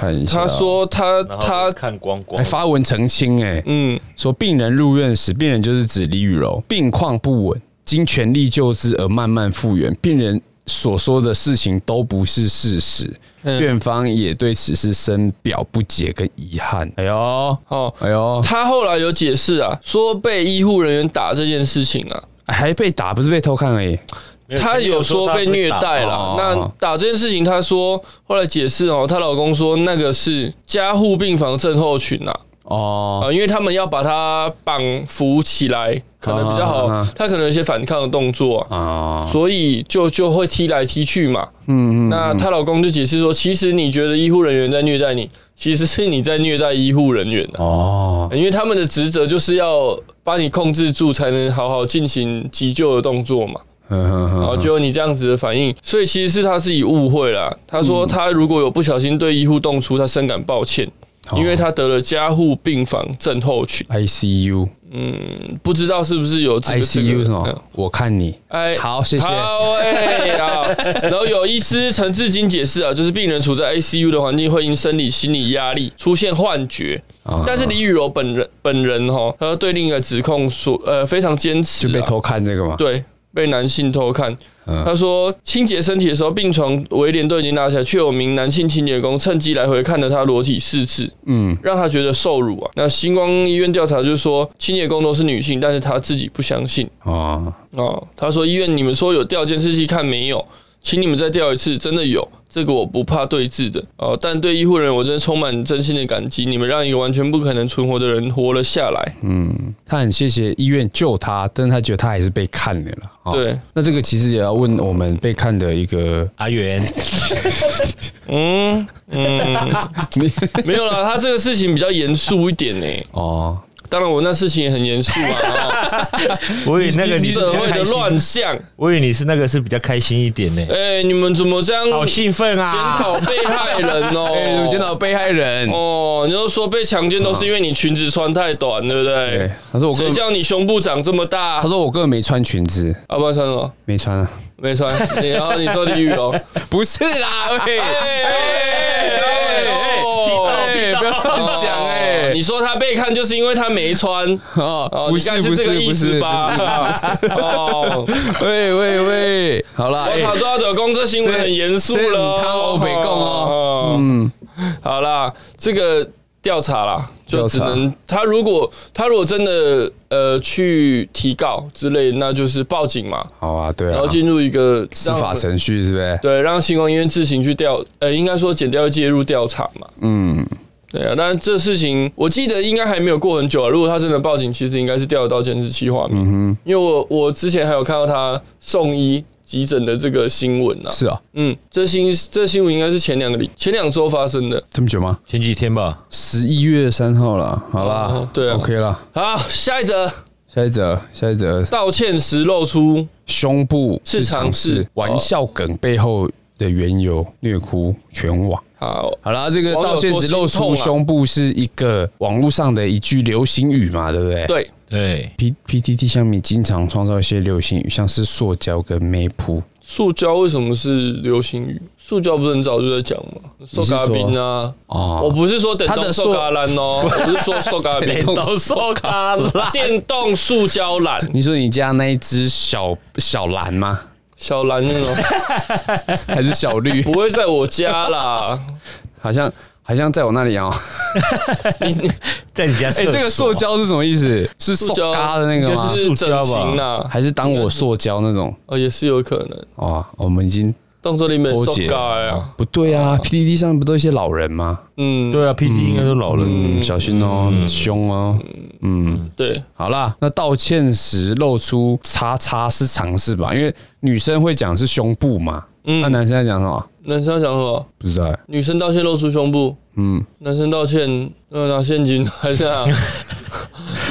A: 看一下啊。
B: 他说他
C: 然后
B: 他
C: 看光光
A: 还，哎发文澄清、哎，
B: 嗯，
A: 说病人入院时，病人就是指李雨柔，病况不稳，经全力救治而慢慢复原，病人所说的事情都不是事实，
B: 嗯
A: 院方也对此事深表不解跟遗憾。哎呦，
B: 哦，
A: 哎呦，
B: 他后来有解释啊，说被医护人员打这件事情啊，
A: 还被打，不是被偷看而已。
C: 没
B: 她有说被虐待了
A: 哦。
B: 那打这件事情，她说后来解释哦，她老公说那个是加护病房症候群啊，
A: 哦，
B: 啊，因为他们要把她绑扶起来，可能比较好
A: 啊啊啊，
B: 她可能有一些反抗的动作啊。
A: 啊，
B: 所以就就会踢来踢去嘛。
A: 嗯嗯，
B: 那她老公就解释说，其实你觉得医护人员在虐待你，其实是你在虐待医护人员啊。
A: 哦，
B: 因为他们的职责就是要把你控制住，才能好好进行急救的动作嘛。
A: 嗯哼哼
B: 然后结果你这样子的反应，所以其实是他自己误会啦。他
A: 嗯
B: 说他如果有不小心对医护动粗，他深感抱歉，
A: 哦
B: 因为他得了加护病房症候群，
A: ICU
B: 不知道是不是有这个
A: ICU
B: 这
A: 什
B: 个
A: 么
B: 嗯？
A: 我看你。
B: 哎
A: 好，谢谢。
B: 好哎好，然后有医师陈志金解释啊，就是病人处在 ICU 的环境会因生理、心理压力出现幻觉，
A: 啊
B: 但是李雨柔本人本人哈，他对另一个指控说，呃，非常坚持、
A: 就
B: 啊，
A: 被偷看这个嘛？
B: 对，被男性偷看。
A: 嗯
B: 他说，清洁身体的时候，病床围帘都已经拉起来，却有名男性清洁工趁机来回看了他裸体四次，
A: 嗯，
B: 让他觉得受辱啊。那星光医院调查就是说，清洁工都是女性，但是他自己不相信
A: 哦，
B: 哦。他说，医院你们说有调监视器看没有？请你们再调一次，真的有，这个我不怕对峙的哦，但对医护人员我真的充满真心的感激，你们让一个完全不可能存活的人活了下来。
A: 嗯，他很谢谢医院救他，但他觉得他还是被看了了。哦
B: 对，
A: 那这个其实也要问我们被看的一个，
C: 阿元，
B: 嗯嗯，没有 啦，他这个事情比较严肃一点呢、
A: 哦，
B: 当然，我那事情也很严肃 啊，
C: 我以为那个你是
B: 社会的乱
C: 比较开心，
B: 象。
C: 我以为你是那个是比较开心一点呢、
B: 哎、你们怎么这样
C: 好
B: 检
C: 兴奋啊！
B: 讨被害人 哦？
A: 哎、我见到被害人，
B: 哦，你就说被强奸都是因为你裙子穿太短，对不对
A: 对？，他说我根
B: 谁
A: 本
B: 叫你胸部长这么大？
A: 他说我根本没穿裙子，
B: 啊，不然穿什么？
A: 没穿啊，
B: 没穿。你然后你说李宇龙，
A: 不是啦，喂，
B: 哎哎
A: 哎，不要乱讲哎，
B: 你说他被看就是因为他没穿，
A: 哦
B: 哦，
A: 不
B: 你该
A: 是不
B: 这个
A: 是
B: 意
A: 不
B: 思
A: 是，
B: 吧？哦，
A: 喂喂喂，好啦，
B: 我
A: 哎
B: 讨多少九公，这新闻很严肃
A: 这这
B: 了，
A: 很汤欧北贡哦
B: 嗯，好啦，这个调查啦，就只能他如果他如果真的呃去提告之类，那就是报警嘛，
A: 好啊，对
B: 然
A: 啊
B: 后，进入一个
A: 司法
B: 程，
A: 程序是不是？
B: 对，让星光医院自行去调，呃，应该说减掉介入调查嘛。
A: 嗯，
B: 对啊，但这事情我记得应该还没有过很久啊。如果他真的报警，其实应该是调得到监视器画
A: 嗯
B: 面，因为我我之前还有看到他送医急诊的这个新闻啊。
A: 是啊，
B: 嗯，这新这新闻应该是前两个礼前两周发生的。
A: 这么久吗？
C: 前几天吧，
A: 十一月三号了，好啦，
B: 哦对啊
A: ，OK 了。
B: 好，下一则
A: 下一则，下一则，
B: 道歉时露出
A: 胸部
B: 是尝试
A: 是哦玩笑梗背后的缘由，虐哭全网。
B: 好，
A: 好啦，这个
B: 网友
A: 道歉时露
B: 说心痛
A: 出
B: 啊
A: 胸部是一个网络上的一句流行语嘛，对不对？
B: 对，
C: 对，
A: P P T T 下面经常创造一些流行语，像是塑胶跟妹铺。
B: 塑胶为什么是流行语？塑胶不是很早就在讲吗？塑
A: 是
B: 胶
A: 说
B: 冰啊，我
A: 哦，
B: 不是说等
A: 它的
B: 动塑
A: 塑
B: 胶篮 哦，我不是说塑胶
A: 电
B: 冰，
A: 动
C: 都说卡啦，
B: 电动塑胶篮。
A: 你说你家那一只小小蓝吗？
B: 小蓝那
A: 哦
B: 种，
A: 还是小 绿？
B: 不会在我家啦。
A: 好像好像在我那里哦。
C: 在你家
A: 哎、
C: 厕所
A: 这个塑胶是什么意思？是塑胶的那个吗
B: 就？是整形啦，
A: 还是当我塑胶那种？
B: 哦，也是有可能。
A: 哦，我们已经
B: 动作里面
A: 脱
B: 受
A: 节
B: 改
A: 了。
B: 啊，
A: 不对啊，PPT 上不都一些老人吗？
B: 嗯，
C: 对啊，PT 应该都老了，
A: 嗯，小心哦，凶哦。
B: 对，
A: 好啦，那道歉时露出叉叉是尝试吧？因为女生会讲是胸部嘛，那
B: 嗯，
A: 男生在讲什么？
B: 男生要讲什么？
A: 不知道欸。
B: 女生道歉露出胸部，
A: 嗯，
B: 男生道歉要拿现金还是 啊？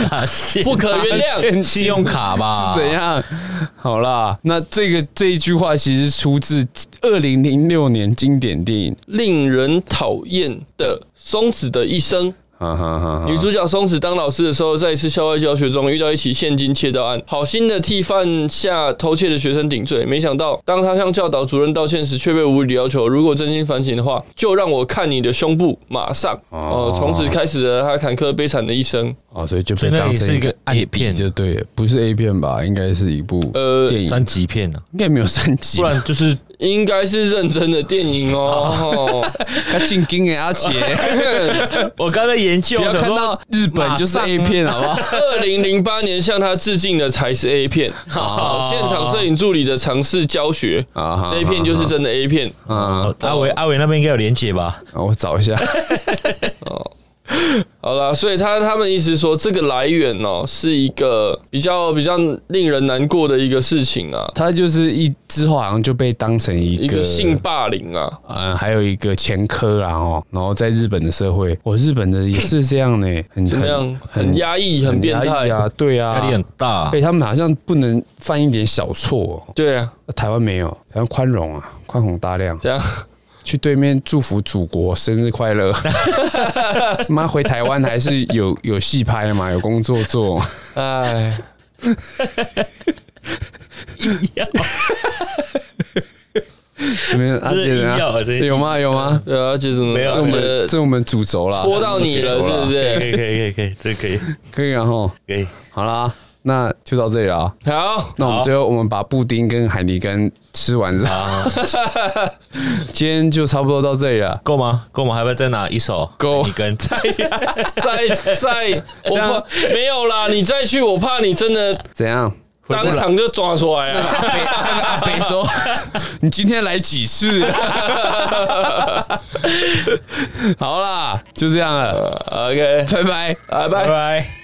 C: 啊
B: 不可原谅。
C: 信用卡吧？
A: 怎样？好啦，那这个这一句话其实出自二零零六年经典电影，
B: 令人讨厌的松子的一生。
A: 哈哈哈哈
B: 女主角松子当老师的时候，在一次校外教学中遇到一起现金窃盗案，好心的替犯下偷窃的学生顶罪，没想到当她向教导主任道歉时，却被无理要求，如果真心反省的话，就让我看你的胸部，马上。哦、
A: 哦
B: 从此开始了她坎坷悲惨的一生。
A: 哦，所以就
C: 所
A: 被
C: 以那
A: 当
C: 也是
A: 成
C: 一
A: 一
C: 个
A: 个
C: A 片，
A: 就对了，不是 A 片吧？应该是一部
B: 呃
A: 电影，
C: 三级片呢、
A: 应该没有三
C: 啊，
A: 集，
C: 不然就是
B: 应该是认真的电影
A: 啊
B: 哦。
A: 他进京哎， 阿姐，
C: 我刚才研究，
A: 不要
C: 想
A: 看
C: 说
A: 到日本就是 A 片，好不好？
B: 二零零八年向他致敬的才是 A 片，好，现场摄影助理的尝试教学，
A: 啊
B: 这一片就是真的 A 片。
A: 啊，
C: 哦阿伟阿伟那边应该有连结吧？
A: 我找一下，
B: 好啦，所以他他们意思说，这个来源哦、是一个比较比较令人难过的一个事情啊，
A: 他就是一之后好像就被当成一
B: 一个
A: 个
B: 性霸凌啊。
A: 嗯，还有一个前科啦哦，然后在日本的社会，我日本的也是这样呢，很
B: 怎么样？很压抑，很变
A: 压
B: 态
A: 抑啊，对啊，
C: 压力很大
A: 哎，，他们好像不能犯一点小错哦，
B: 对啊，
A: 台湾没有，台湾宽容啊，宽宏大量，
B: 这样
A: 去对面祝福祖国生日快乐。妈回台湾还是有有戏拍嘛，有工作做。
B: 哎，
A: 怎么样？阿杰怎
C: 硬要啊
A: 样
C: 这？硬
A: 有吗？有吗？
B: 对啊，姐怎么
C: 没有
A: 这我们这我们主轴啦，
B: 拖到你了，是不
C: 可
B: 是？
C: 以可以可以可以，这可以
A: 可以啊吼。
C: 可以，
A: 好啦，那就到这里啦。
B: 好，
A: 那我们
C: 好
A: 最后我们把布丁跟海狸根吃完之后，今天就差不多到这里了。
C: 够吗？够吗？还要不要再拿一首？
A: 够
C: 你跟再
B: 再再，我
A: 样
B: 怕没有啦，你再去，我怕你真的
A: 怎样？回不
B: 当
A: 来。
B: 场就抓出来
A: 那个
B: 啊！
A: 阿北，那个阿北说：“你今天来几 次？”好啦，就这样了，
B: OK，
A: 拜拜。
B: 呃拜拜
C: 拜。拜。